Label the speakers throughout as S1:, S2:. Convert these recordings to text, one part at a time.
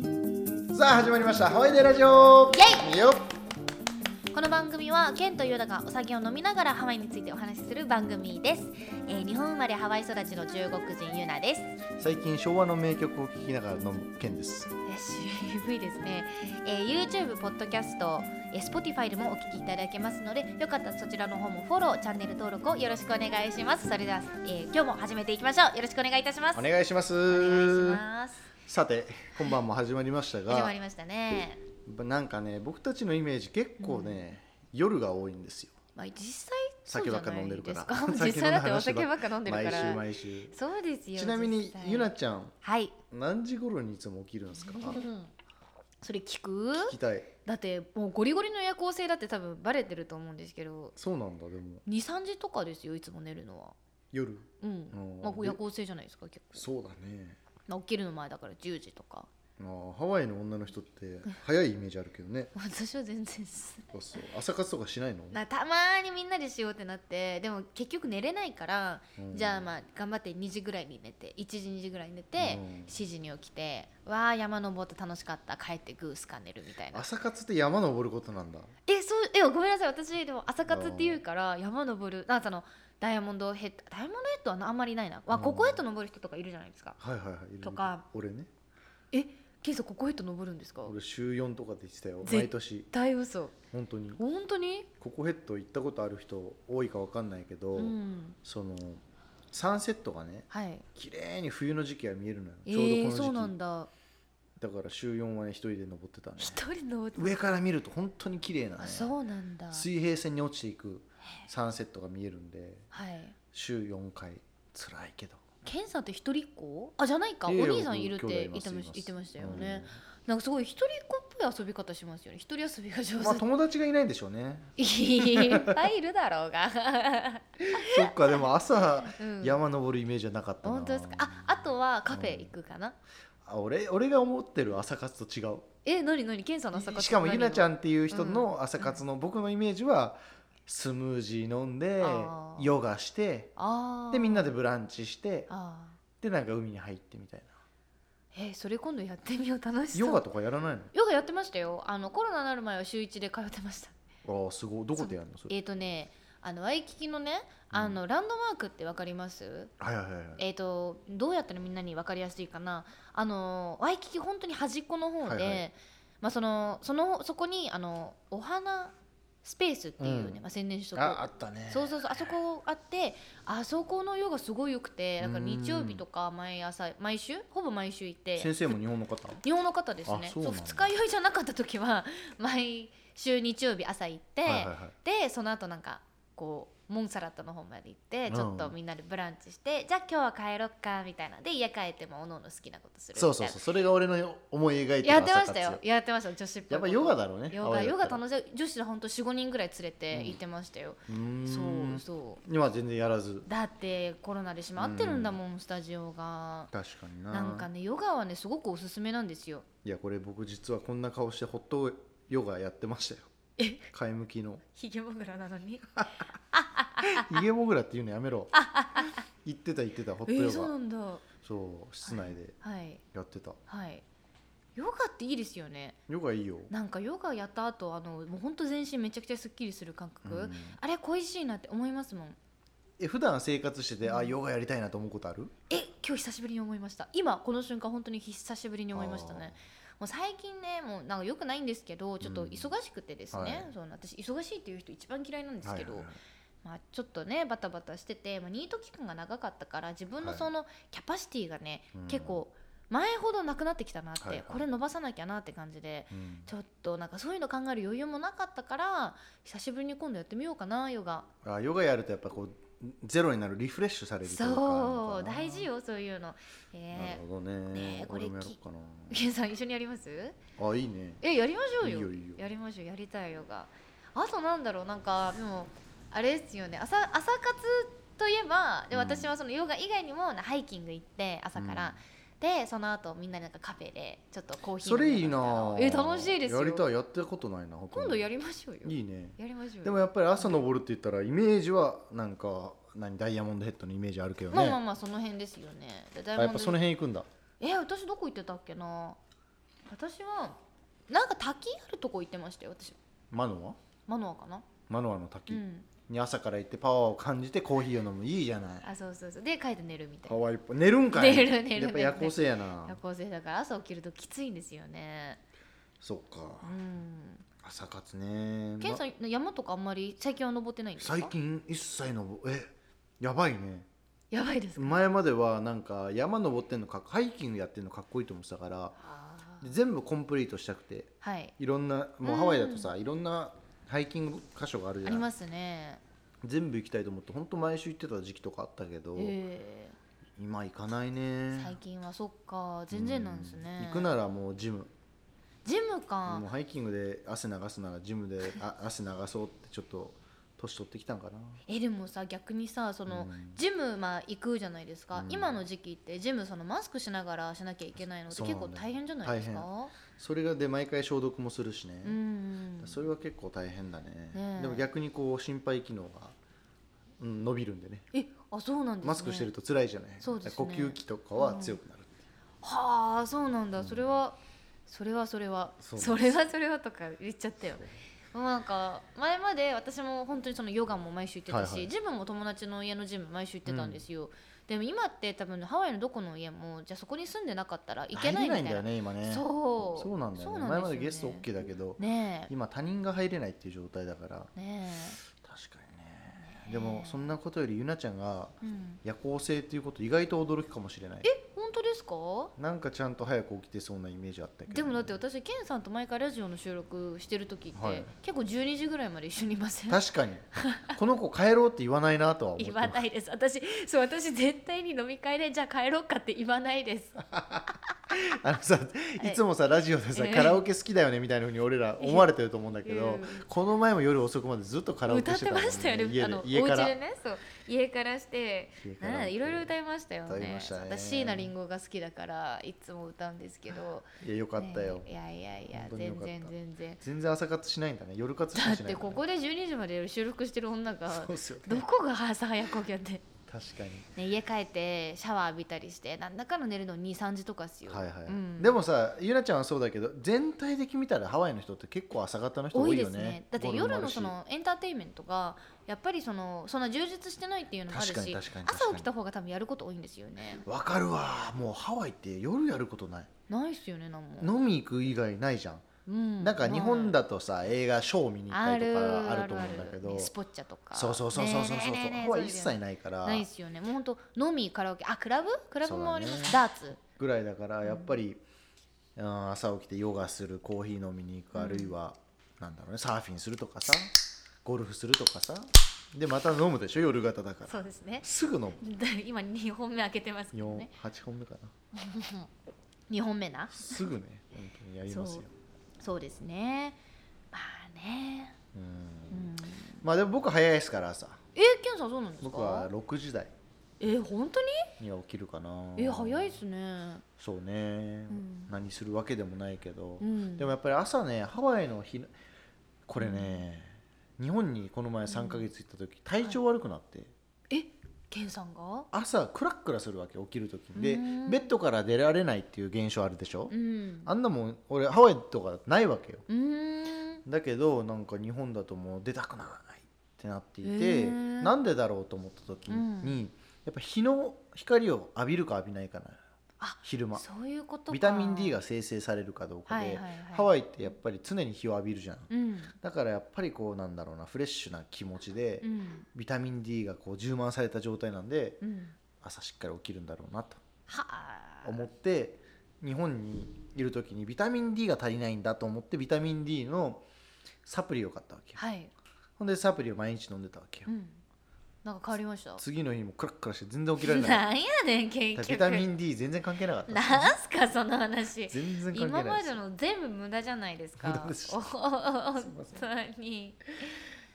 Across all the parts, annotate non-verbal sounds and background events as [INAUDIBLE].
S1: さあ始まりましたハワイデラジオ
S2: イ
S1: ェイよ
S2: この番組はケンとヨダがお酒を飲みながらハワイについてお話しする番組です、えー日本生まれハワイ育ちの中国人ユナです
S1: 最近昭和の名曲を聴きながら飲む件です
S2: いや渋いですね、えー YouTube、ポッドキャスト、えー Spotify でもお聞きいただけますのでよかったらそちらの方もフォロー、チャンネル登録をよろしくお願いしますそれでは、えー今日も始めていきましょうよろしくお願いいたします
S1: お願いします
S2: お願いします
S1: さて今晩も始まりました
S2: 始ま
S1: が
S2: りましたね、
S1: なんかね僕たちのイメージ結構ね、夜が多いんですよ
S2: まあ、実際そう
S1: 酒
S2: じ
S1: ば
S2: ゃ
S1: っか
S2: な
S1: 飲んで
S2: い
S1: る
S2: で
S1: か
S2: す
S1: ら
S2: か
S1: [LAUGHS]
S2: [LAUGHS] 実際だってお酒ばっ
S1: か
S2: か飲んでるから
S1: [LAUGHS] 毎週毎週
S2: そうですよ
S1: ちなみに
S2: 実際
S1: ゆなちゃん
S2: はい
S1: 何時頃にいつも起きるんですか
S2: それ聞く
S1: 聞きたい
S2: だってもうゴリゴリの夜行性だって多分バレてると思うんですけど
S1: そうなんだでも
S2: 23時とかですよいつも寝るのは
S1: 夜
S2: うん
S1: うん
S2: まあ、夜行性じゃないですか結構
S1: そうだね
S2: まあ起きるの前だから10時とか
S1: あーハワイの女の人って早いイメージあるけどね
S2: 私は全然す
S1: そうそう朝活とかしないの
S2: なたまーにみんなでしようってなってでも結局寝れないから、
S1: うん
S2: じゃあまあ頑張って2時ぐらいに寝て1時2時ぐらいに寝て、
S1: うん
S2: 7時に起きてわあ山登って楽しかった帰ってグースか寝るみたいな
S1: 朝活って山登ることなんだ
S2: えそうえごめんなさい私でも朝活っていうから山登るなんかそのダイヤモンドヘッドダイヤモンドヘッドはなあんまりないな、わ
S1: うん
S2: ここへと登る人とかいるじゃないですか
S1: はいはいはいいる
S2: とか
S1: 俺ね
S2: えケイさんここへと登るんですか
S1: 俺週4とかで言ってたよ
S2: ぜ
S1: 毎年
S2: 大嘘
S1: 本当に
S2: 本当に
S1: ココヘッド行ったことある人多いかわかんないけど、
S2: うん
S1: そのサンセットがね
S2: はい
S1: 綺麗に冬の時期は見えるのよ、
S2: え
S1: ちょ
S2: ー、
S1: うどこ
S2: そう
S1: の
S2: な
S1: 時
S2: ん
S1: 期
S2: だ
S1: だから週4はね一人で登ってたね
S2: 一人登って
S1: 上から見ると本当に綺麗なね
S2: あそうなんだ
S1: 水平線に落ちていくサンセットが見えるんで
S2: はい
S1: 週4回辛いけど
S2: ケンさんって一人っ子あじゃないかお
S1: いやいや
S2: 兄さんいるって
S1: 僕兄弟
S2: 言ってま
S1: いま
S2: し
S1: す
S2: 言ってましたよ
S1: い
S2: ね
S1: ます、
S2: なんかすごい一人っ子っぽい遊び方しますよね一人遊びが上
S1: うん
S2: 手、
S1: まあ友達がいないんでしょう
S2: [LAUGHS]
S1: ね
S2: いっぱいいるだろう [LAUGHS] が、
S1: そっかでも朝
S2: うん
S1: 山登るイメージはなかったな、
S2: 本当ですかああとはカフェ行くかな、
S1: あ俺俺が思ってる朝活と違う
S2: え何何ケンさんの朝活
S1: しかもゆなちゃ
S2: ん
S1: んっていう人の朝活の僕のイメージはスムージー飲んで
S2: あー
S1: ヨガして
S2: あー
S1: でみんなでブランチして
S2: あ
S1: でなんか海に入ってみたいな
S2: ーえそれ今度やってみよう楽しそう
S1: ヨガとかやらない
S2: ヨガやってましたよあのコロナになる前は週一で通ってました
S1: のああすごいどこでやるのそれ
S2: えっ、ー、とねあのワイキキのねあの、ランドマークってわかります
S1: はいはいはいはい
S2: えー、とどうやったらみんなに分かりやすいかなあのワイキキ本当に端っこの方で、
S1: はいはい
S2: まあ、そのそのそこにあのお花スペースっていうね、
S1: うん
S2: まあ、宣伝しとこう
S1: ああったね
S2: そうそうそうあそこあってあそこのヨガすごい良くてだから日曜日とか毎朝毎週ほぼ毎週行って
S1: 先生も日本の方
S2: 日本の方ですね
S1: あ
S2: そ
S1: そううなんだ
S2: 二日酔いじゃなかった時は [LAUGHS] 毎週日曜日朝行って、
S1: はいはいはい
S2: でその後なんかこうモンサラットの方まで行ってちょっとみんなでブランチして、じゃあ今日は帰ろっかみたいなで家帰ってもおのおの好きなことするみたい
S1: そうそ
S2: な
S1: うそうそれが俺の思い描いてる
S2: やって
S1: 朝
S2: まし
S1: 活
S2: たよやってました女子っぽい
S1: やっ
S2: こと
S1: ぱヨガだろうね
S2: ヨガヨガ楽
S1: し
S2: しい女子で本当45人ぐらい連れて行ってましたよ、
S1: い
S2: そうそう
S1: 今は全然やらず
S2: だってコロナで閉まってるんだもん、スタジオが
S1: 確かにな
S2: なんかねヨガはねすごくおすすめなんですよ
S1: いやこれ僕実はこんな顔してホットヨガやってましたよ
S2: え
S1: 買い向きの
S2: ヒゲモグラなの [LAUGHS] に
S1: イゲモグラっていうのやめろ言ってた言ってたホッ
S2: え
S1: トヨ
S2: ー、
S1: ガ
S2: そう
S1: そ
S2: な
S1: うん
S2: だは
S1: 室内で
S2: い
S1: やってた
S2: はいヨガっていいですよね
S1: ヨガいいよ
S2: なんかヨガやった後あのもうほんと全身めちゃくちゃすっきりする感覚、
S1: うん
S2: あれ恋しいなって思いますもん
S1: え普段生活しててあヨガやりたいなと思うことある
S2: え今日久しぶりに思いました今この瞬間本当に久しぶりに思いましたねもう最近ねもうなんかよくないんですけどちょっと忙しくてですね、
S1: うん
S2: その私忙しいっていう人一番嫌いなんですけど、
S1: はいはい
S2: まあ、ちょっとねバタバタしてて、まあ、ニート期間が長かったから自分の
S1: はい
S2: そのキャパシティがね、
S1: うん
S2: 結構前ほどなくなってきたなって、
S1: はいはい
S2: これ伸ばさなきゃなって感じで
S1: うん
S2: ちょっとなんかそういうの考える余裕もなかったから久しぶりに今度やってみようかなヨガ
S1: あヨガやるとやっぱこうゼロになるリフレッシュされるといか
S2: そ
S1: な
S2: う
S1: んかな
S2: 大事よそういうの
S1: な
S2: え
S1: るほどね
S2: ねえこれ
S1: 俺もやろうか
S2: ー、ケンさん一緒にやります
S1: なあいい
S2: [LAUGHS]
S1: ね
S2: えやりましょうよ
S1: いいよいいよ
S2: やりましょうやりたいヨガあとなんだろうなんかでもあれですよね朝朝活といえばで
S1: うん
S2: 私はそのヨガ以外にもなハイキング行って朝から、でその後みんなでなんかカフェでちょっとコーヒー
S1: そ
S2: 飲み
S1: れいい
S2: なが
S1: な
S2: らえ楽しいですよ
S1: やりたいやったことないな他に
S2: 今度やりましょうよ
S1: いいね
S2: やりましょうよ
S1: でもやっぱり朝登るって言ったらイメージはなんか何ダイヤモンドヘッドのイメージあるけどね、
S2: まあまあまあその辺ですよねでダイ
S1: あ
S2: ヤ
S1: やっぱ
S2: モンド
S1: その辺行くんだ
S2: え私どこ行ってたっけな私はなんか滝あるとこ行ってましたよ私
S1: マノア
S2: マノアかな
S1: マノアの
S2: う
S1: 滝
S2: ん
S1: に朝から行ってパワーを感じてコーヒーを飲むいいじゃない
S2: あそうそうそうで帰って寝るみたい
S1: か
S2: な
S1: わいいっぽい寝るんかい
S2: 寝る寝る
S1: やっぱ夜行性やな
S2: 夜行性だから朝起きるときついんですよね
S1: そっか
S2: うん
S1: 朝活ね
S2: ケンさ
S1: ま
S2: ん山とかあんまり最近は登ってないんですか
S1: 最近一切のぼえやばいね
S2: やばいですか
S1: 前まではなんか山登ってんのかハイキングやってんのかっこいいと思ってたから
S2: あー
S1: で全部コンプリートしたくて
S2: はい
S1: いろんなもうハワイだとさいろんなハイキング箇所があるじ
S2: あ
S1: ゃ
S2: り
S1: ない
S2: ますね
S1: 全部行きたいと思って本当毎週行ってた時期とかあったけど、
S2: え
S1: 今行かない
S2: え
S1: ね
S2: 最近はそっか全然なんですね
S1: 行くならもうジム
S2: ジムか
S1: もうハイキングで汗流すならジムであ汗流そうってちょっと年取ってきたんかな
S2: えでもさ逆にさその、
S1: うん
S2: ジムまあ行くじゃないですか、
S1: うん
S2: 今の時期ってジムそのマスクしながらしなきゃいけないのって
S1: そうな
S2: 結
S1: んだ
S2: 構
S1: よ
S2: 大変じゃないですか
S1: それがで毎回消毒もするしね、
S2: うん
S1: それは結構大変だね
S2: ねえ
S1: でも逆にこう心肺機能が、うん、伸びるんでね
S2: えあそうなんですね
S1: マスクしてると辛いじゃない、
S2: そうですね
S1: 呼吸器とかは強くなる、
S2: はあそうなんだそれは、それはそれは
S1: そ
S2: そうれはそれはとか言っちゃったよ
S1: そう
S2: もうなんか前まで私も本当にそのヨガも毎週行ってたし、
S1: はいはい
S2: ジムも友達の家のジム毎週行ってたんですよ、でも今って多分ハワイのどこの家もじゃあそこに住んでなかったら行けない
S1: 入れ
S2: みた
S1: ないいんだよ
S2: な
S1: ね今ね
S2: そう
S1: そうなんだよね
S2: そうなんですよね
S1: 前までゲスト OK だけど
S2: ね
S1: 今他人が入れないっていう状態だから
S2: えね
S1: 確かに
S2: ねえ
S1: ねでもそんなことよりゆなちゃんが
S2: え、うん、
S1: 夜行性っていうこと意外と驚きかもしれない
S2: え本当ですか
S1: なんかちゃんと早く起きてそうなイメージあったけどね、
S2: でもだって私ケンさんと毎回ラジオの収録してる時って、
S1: はい
S2: 結構12時ぐらいまで一緒にいません
S1: 確かにこの子帰ろうって言わないなとは思って
S2: 言
S1: ま
S2: わ
S1: す
S2: ないです私そう私絶対に飲み会でじゃあ帰ろうかって言わないです
S1: あのさいつもさラジオでさ
S2: ええ
S1: カラオケ好きだよねみたいなふうに俺ら思われてると思うん
S2: [LAUGHS]
S1: だけど
S2: ええ
S1: この前も夜遅くまでずっとカラオケ
S2: 歌っ
S1: して
S2: て
S1: たも
S2: ま
S1: ん
S2: したよね
S1: 家
S2: あ
S1: で
S2: の
S1: 家
S2: お
S1: か
S2: 家
S1: ら
S2: でねそう家からして
S1: 家か
S2: な
S1: ら
S2: んだいろいろ歌いましたよね
S1: 歌いましたね
S2: 私椎名林檎が好きだからいつも歌うんですけど
S1: いやよかったよ
S2: ねいやいやいや
S1: 本当によ
S2: 全
S1: かった
S2: 然全然
S1: 全然朝活しないんだね夜活しか
S2: だっ
S1: しない
S2: て
S1: んだね
S2: ここで12時まで収録してる女が
S1: そうっすよ
S2: ど
S1: ね
S2: こが朝早く起きやって
S1: 確かに
S2: ね、家帰ってシャワー浴びたりしてなんだかの寝るの23時とかっすよ、
S1: はいはい、
S2: うん
S1: でもさゆなちゃんはそうだけど全体的に見たらハワイの人って結構朝方の人
S2: 多
S1: 多
S2: い
S1: い
S2: で
S1: よ
S2: す
S1: ね
S2: ねだって
S1: ゴルフもあ
S2: 夜
S1: る
S2: の
S1: し
S2: そのエンターテインメントがやっぱりそのそんな充実してないっていうのもあるし
S1: 確かに確かに確かに
S2: 朝起きた方が多分やること多いんですよね
S1: わかるわもうハワイって夜やることない、
S2: ないっすよねなんも、
S1: 飲み行く以外ないじゃん、
S2: うん
S1: なんか日本
S2: だ
S1: だとさ映画ショー見に行った
S2: あ
S1: りと
S2: る
S1: か
S2: あ
S1: あ
S2: る
S1: ると思うんだけ
S2: ある
S1: ど
S2: ねスポッチャとか
S1: そうそうそうそうそうそう
S2: ねえねえねえねえ
S1: ハワイ一
S2: そう
S1: 切
S2: いう
S1: ないか
S2: の
S1: ら
S2: ないっすよねもうほんと飲みカラオケあクラブクラブもあります、
S1: そうだ
S2: ダーツ
S1: ぐらいだからやっぱり、うん朝起きてヨガするコーヒー飲みに行く、あるいはなんだろうねサーフィンするとかさゴルフするとかさでまた飲むでしょ夜型だから
S2: そうですね
S1: すぐ飲む
S2: だ [LAUGHS] 今2本目開けてますけど
S1: 4
S2: ね
S1: 8本目かな
S2: 2本目な
S1: すぐね本当にやりますよ
S2: そうですねまあね
S1: う
S2: うんん
S1: まあでも僕早いですから朝
S2: えケンさんそうなんですか
S1: 僕は6時台
S2: え本当に
S1: には起きるかな
S2: え早いっすね
S1: そうね、
S2: ん
S1: 何するわけでもないけど、
S2: うん
S1: でもやっぱり朝ねハワイの日これね、日本にこの前3ヶ月行った時、体調悪くなって、
S2: えケンさんが
S1: 朝クラックラするわけ起きる時にで、
S2: うん
S1: ベッドから出られないっていう現象あるでしょ、
S2: うん
S1: あんなもん俺ハワイとかないわけよ
S2: うーん
S1: だけどなんか日本だともう出たくならないってなっていて、
S2: へー
S1: なんでだろうと思った時に、
S2: うん
S1: やっぱ日の光を浴びるか浴びないかな
S2: あ
S1: 昼間
S2: そういうことか
S1: ビタミン D が生成されるかどうかで、
S2: はいはいはい
S1: ハワイってやっぱり常に日を浴びるじゃん
S2: うん
S1: だからやっぱりこうなんだろうなフレッシュな気持ちで、
S2: うん
S1: ビタミン D がこう充満された状態なんで
S2: うん
S1: 朝しっかり起きるんだろうなと
S2: はあ
S1: 思って日本にいる時にビタミン D が足りないんだと思ってビタミン D のサプリを買ったわけよ
S2: はい
S1: ほんでサプリを毎日飲んでたわけよ
S2: うんなんか変わりました
S1: 次の日もクラックラして全然起きられない
S2: なんやねん結
S1: だから
S2: 局
S1: ビタミン D 全然関係なかった
S2: なんすかその話
S1: 全然関係ない
S2: 今までの全部無駄じゃないです
S1: 無
S2: か
S1: 駄でした
S2: お本
S1: すい
S2: 当に
S1: い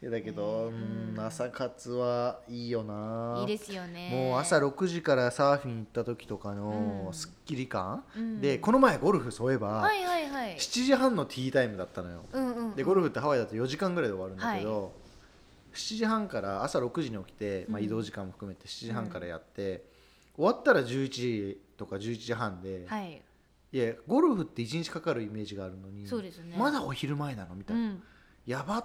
S1: やだけど、
S2: うん
S1: うん朝活はいいよない
S2: いですよね
S1: もう朝6時からサーフィン行った時とか
S2: う
S1: の
S2: ん
S1: すっきり感、
S2: うん
S1: でこの前ゴルフそういえば、
S2: はいはいはい
S1: 7時半のティータイムだったのよ、
S2: うんうんうん
S1: でゴルフってハワイだと4時間ぐらいで終わるんだけど、7時半から朝6時に起きて、まあ、
S2: うん
S1: 移動時間も含めて7時半からやって、終わったら11時とか11時半で、
S2: はい
S1: いやゴルフって1日かかるイメージがあるのに
S2: そうですね
S1: まだお昼前なのみた
S2: う
S1: いな、
S2: ん、
S1: やばっ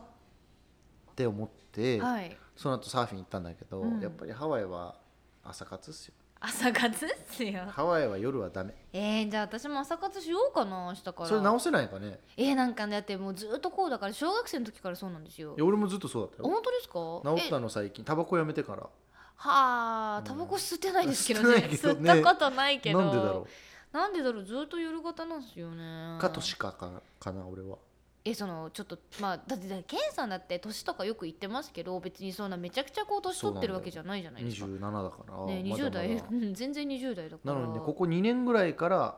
S1: て思って、
S2: はい
S1: その後サーフィン行ったんだけど、
S2: うん
S1: やっぱりハワイは朝活っすよ
S2: 朝活っすよ
S1: ハワイは夜はダメ
S2: えー、じゃあ私も朝活しようかなしたから
S1: それ直せないかね
S2: えー、なんかねだってもうずっとこうだから小学生の時からそうなんですよ
S1: いや俺もずっとそうだったよ
S2: 本当ですか
S1: 治った
S2: え
S1: の最近タバコやめてから
S2: は
S1: う
S2: あ
S1: ん
S2: タバコ吸ってないですけど
S1: 吸って
S2: ね
S1: ないけど
S2: 吸
S1: ね
S2: ったことないけど
S1: なんでだろ
S2: なんでだろうずっと夜型なんですよね
S1: うかとしかかかな俺は
S2: えそのちょっとまあだってだってケンさんだって年とかよく言ってますけど別にそんなめちゃくちゃこう年取ってるわけじゃないじゃないですか
S1: 27だから、
S2: ね
S1: まだ
S2: 20
S1: まだ
S2: 代、うん全然20代だか
S1: な
S2: ら
S1: のに
S2: [LAUGHS]
S1: ねここ2年ぐらいから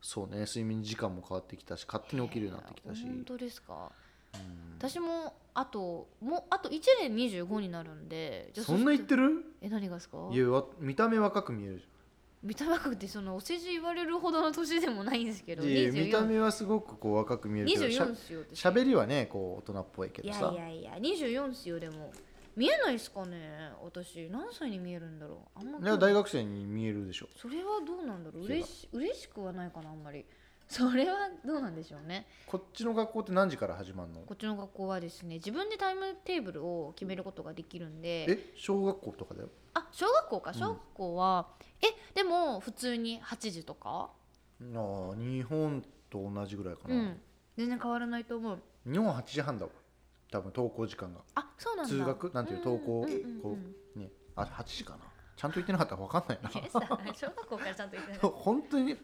S1: そうね睡眠時間も変わってきたし勝手に起きるようになってきたし、
S2: えー本当ですか
S1: うん
S2: 私もあともうあと1年25になるんでじゃあ
S1: そんな言ってる
S2: え何がですか
S1: いやわ見た目若く見えるじ
S2: 見た目若くてそのお世辞言われるほどの年でもないんですけ
S1: ゃ
S2: ど
S1: んいや
S2: 24
S1: 見た目はすごくこう若く見えるけどしゃ
S2: 24っすよ私
S1: しゃべりはねこう大人っぽいけ
S2: い
S1: ど
S2: や
S1: さ
S2: いやいや24っすよでも見えないっすかね私何歳に見えるんだろうあんま
S1: いや大学生に見えるでしょ
S2: それはどうなんだろ
S1: そ
S2: う
S1: うだ
S2: 嬉し嬉しくはないかなあんまりそれはどうなんでしょうね
S1: こっちの学校って何時から始まるの
S2: こっちの学校はですね自分でタイムテーブルを決めることができるんで
S1: え小学校とかだよ
S2: あ小学校か
S1: ん
S2: 小学校は、えでも普通に8時とか
S1: ああ日本と同じぐらいか
S2: う
S1: な、
S2: ん全然変わらないと思う
S1: 日本は8時半だわ多分登校時間が
S2: あそうなんだ
S1: 通学なんていう登校
S2: うんうんうん
S1: こ
S2: [LAUGHS]
S1: うねあ8時かなちゃんと言ってなかったら分かんないな
S2: ケン [LAUGHS] さん小学校からちゃんと言ってない
S1: 本当に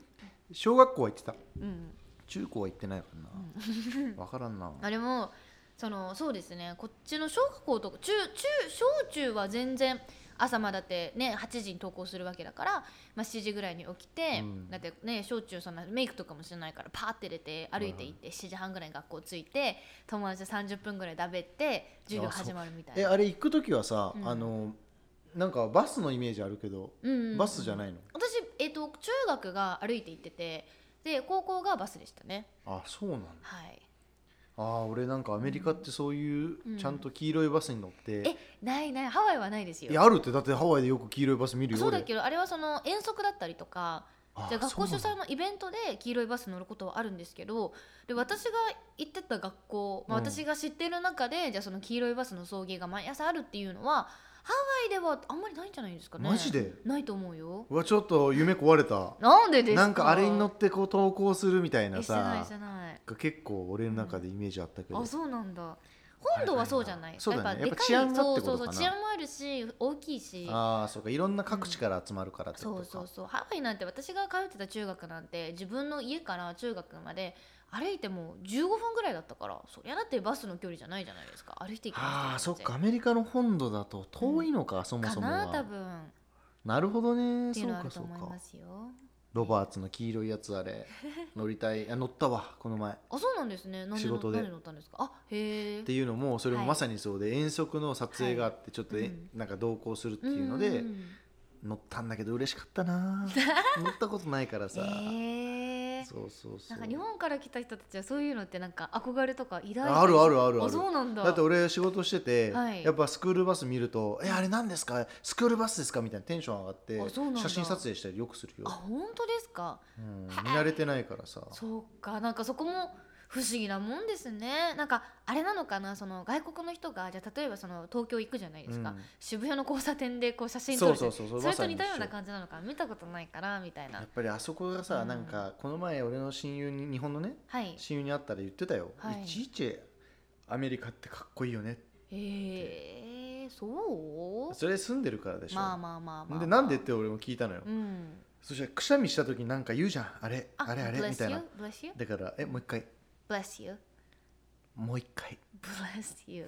S1: 小学校は行ってた
S2: うん
S1: 中高は行ってないからな分からんな
S2: [LAUGHS] あれもそのそうですねこっちの小学校とか中中小中は全然朝までだってね8時に登校するわけだから、まあ、7時ぐらいに起きて、
S1: うん
S2: だってね小中そんなメイクとかもしないからパーって出て歩いて行って7時半ぐらいに学校着いて友達と30分ぐらいだべって授業
S1: あそう
S2: 始まるみたい
S1: え
S2: な。
S1: あれ行く時はさ、
S2: うん
S1: あのなんかバスのイメージあるけど、
S2: うんうんうん
S1: バスじゃないの
S2: 私、えっと中学が歩いて行っててで高校がバスでしたね。
S1: あそうなんだ
S2: はい、
S1: あー俺なんかアメリカってそういう、
S2: うん
S1: ちゃんと黄色いバスに乗って、
S2: えないないハワイはないですよ。
S1: いやあるってだってハワイでよく黄色いバス見るよ
S2: そうだ
S1: 俺
S2: けどあれはその遠足だったりとか
S1: あ
S2: じゃあ学校主
S1: そうなんだ
S2: 催のイベントで黄色いバス乗ることはあるんですけどで私が行ってた学校、まあ、
S1: うん
S2: 私が知ってる中で、じゃあその黄色いバスの送迎が毎朝あるっていうのはハワイではあんまりないんじゃないですかね
S1: マジで
S2: ないと思うよ
S1: うわちょっと夢壊れ
S2: [LAUGHS]
S1: た
S2: なんでですか
S1: なんかあれに乗ってこう投稿するみたい
S2: え
S1: な
S2: してない
S1: さ
S2: してない
S1: が結構俺の中でイメージあったけど、
S2: あそうなんだ本土はそうじゃない、
S1: そうだね
S2: で
S1: やっ
S2: かい
S1: ぱ治安がって
S2: そ
S1: こ
S2: う
S1: と
S2: そ
S1: か
S2: う
S1: な
S2: そう治安もあるし大きいし
S1: ああそうかいろんな各地から集まるからってこ
S2: そう
S1: とか、
S2: そうそうハワイなんて私が通ってた中学なんて自分の家から中学まで歩いても15分ぐらいだったからそりゃだってバスの距離じゃないじゃないですか歩いていきます
S1: ああそっかアメリカの本土だと遠いのか、そも
S2: か
S1: そも
S2: な多
S1: は
S2: 分っ
S1: なるほどね
S2: ていう
S1: そう
S2: のはあ
S1: か
S2: ると
S1: そう
S2: 思い
S1: か
S2: ますよ
S1: ロバーツの黄色いやつあれ乗りたいあ乗ったわこの前っ
S2: あそうなんですねなんで
S1: 仕
S2: の
S1: 事で
S2: なんで乗ったんですかあへえ
S1: ていうのもそれも
S2: はい
S1: まさにそうで、遠足の撮影があってちょっと、え
S2: うん
S1: なんか同行するっていうので、
S2: んん
S1: 乗ったんだけど嬉しかったな
S2: [LAUGHS]
S1: 乗ったことないからさ、
S2: へえ
S1: そうそうそ
S2: な
S1: うん
S2: か日本から来た人たちはそういうのってなんか憧れとか偉大
S1: あるあるあるある
S2: あそうなんだ
S1: だって俺仕事してて、
S2: はい
S1: やっぱスクールバス見ると「えあれ何ですかスクールバスですか?」みたいなテンション上がって
S2: あそうなんだ
S1: 写真撮影したりよくするよ
S2: あ、本当ですか
S1: うん、見慣れてないからさ
S2: そうかなんかそこも不思議なもんですねなんかあれなのかなその外国の人がじゃあ例えばその東京行くじゃないですか、
S1: うん
S2: 渋谷の交差点でこう写真撮るじゃん
S1: そうそうそうそう
S2: れ
S1: ま
S2: と
S1: さに
S2: 似
S1: 一緒
S2: たような感じなのか見たことないからみたい
S1: や
S2: な
S1: っぱりあそこがさ、
S2: うん
S1: なんかこの前俺の親友に日本のね
S2: はい
S1: 親友に会ったら言ってたよ、
S2: はい
S1: い、ちいちアメリカってかっこいいよね
S2: へえそう
S1: それ住んでるからでしょ、
S2: まあまあまあまあ
S1: でなんでって俺も聞いたのよ、
S2: うん
S1: そしたらくしゃみした時になんか言うじゃんあれあれあれ
S2: bless
S1: みたいな
S2: you, bless you
S1: だからえもう一回
S2: bless you
S1: もう一回
S2: bless you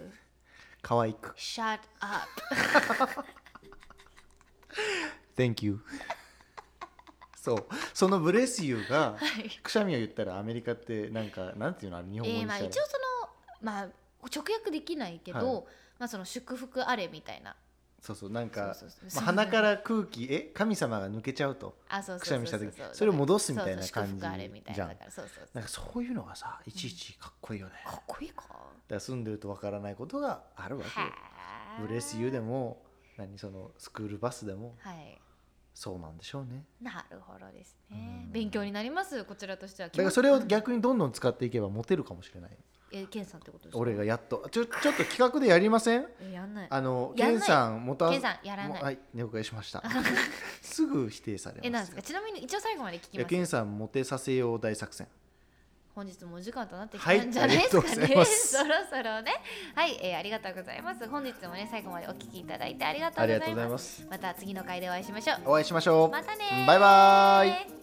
S1: 可愛く
S2: shut up [LAUGHS]
S1: Thank
S2: [LAUGHS]
S1: you そうそのブレスユーが
S2: はい
S1: くしゃみを言ったらアメリカってなんかなんていうのあれ日本語
S2: えー
S1: に
S2: まあ、一
S1: した
S2: 応
S1: ら、
S2: その、まあ、直訳できないけど、
S1: は
S2: まあ、その祝福あれみたいな
S1: そうそうなんか
S2: そうそうそ
S1: ま
S2: う
S1: あ鼻から空気え神様が抜けちゃうと
S2: あそうそう
S1: くしゃみした時
S2: そうそう
S1: それを戻すみたいな
S2: そうそう
S1: 感じ
S2: 祝福あれみたいなだ
S1: じゃん
S2: からそうそうそう
S1: なんかそういうのがさいちいちかっこいいよね、だか
S2: かっこいいから
S1: 住んでるとわからないことがあるわけよ
S2: は
S1: ブレスユー
S2: で
S1: でも何そのスクールバスでも
S2: はい
S1: そうなんでしょうね
S2: なるほどですね
S1: う。ん
S2: 勉強になりますこちらとしては。
S1: だからそれを逆にどんどん使っていけばモテるかもしれない
S2: えケンさんってことですか。
S1: 俺がやっとちょちょっと企画でやりません
S2: えやんない。
S1: あの
S2: や
S1: ケ
S2: んない
S1: ンさんもた
S2: ケンさんやらない
S1: もはい了解しました
S2: [LAUGHS]
S1: すぐ否定されます
S2: えなんですか。ちなみに一応最後まで聞き
S1: いや
S2: ます
S1: ケ。ンさんモテさせよう大作戦
S2: 本日もお時間となってきた
S1: はい
S2: んじゃないですか
S1: ありがとうござ
S2: ね。
S1: います
S2: [LAUGHS] そろそろね。はい、えーありがとうございます。本日もね最後までお聞きいただいてありがとう
S1: あ
S2: ござ
S1: り
S2: い
S1: がとうござい
S2: ま。
S1: ますす
S2: また次の回でお会いしましょう。
S1: お会いしましょう
S2: またねー
S1: バイバーイ
S2: イ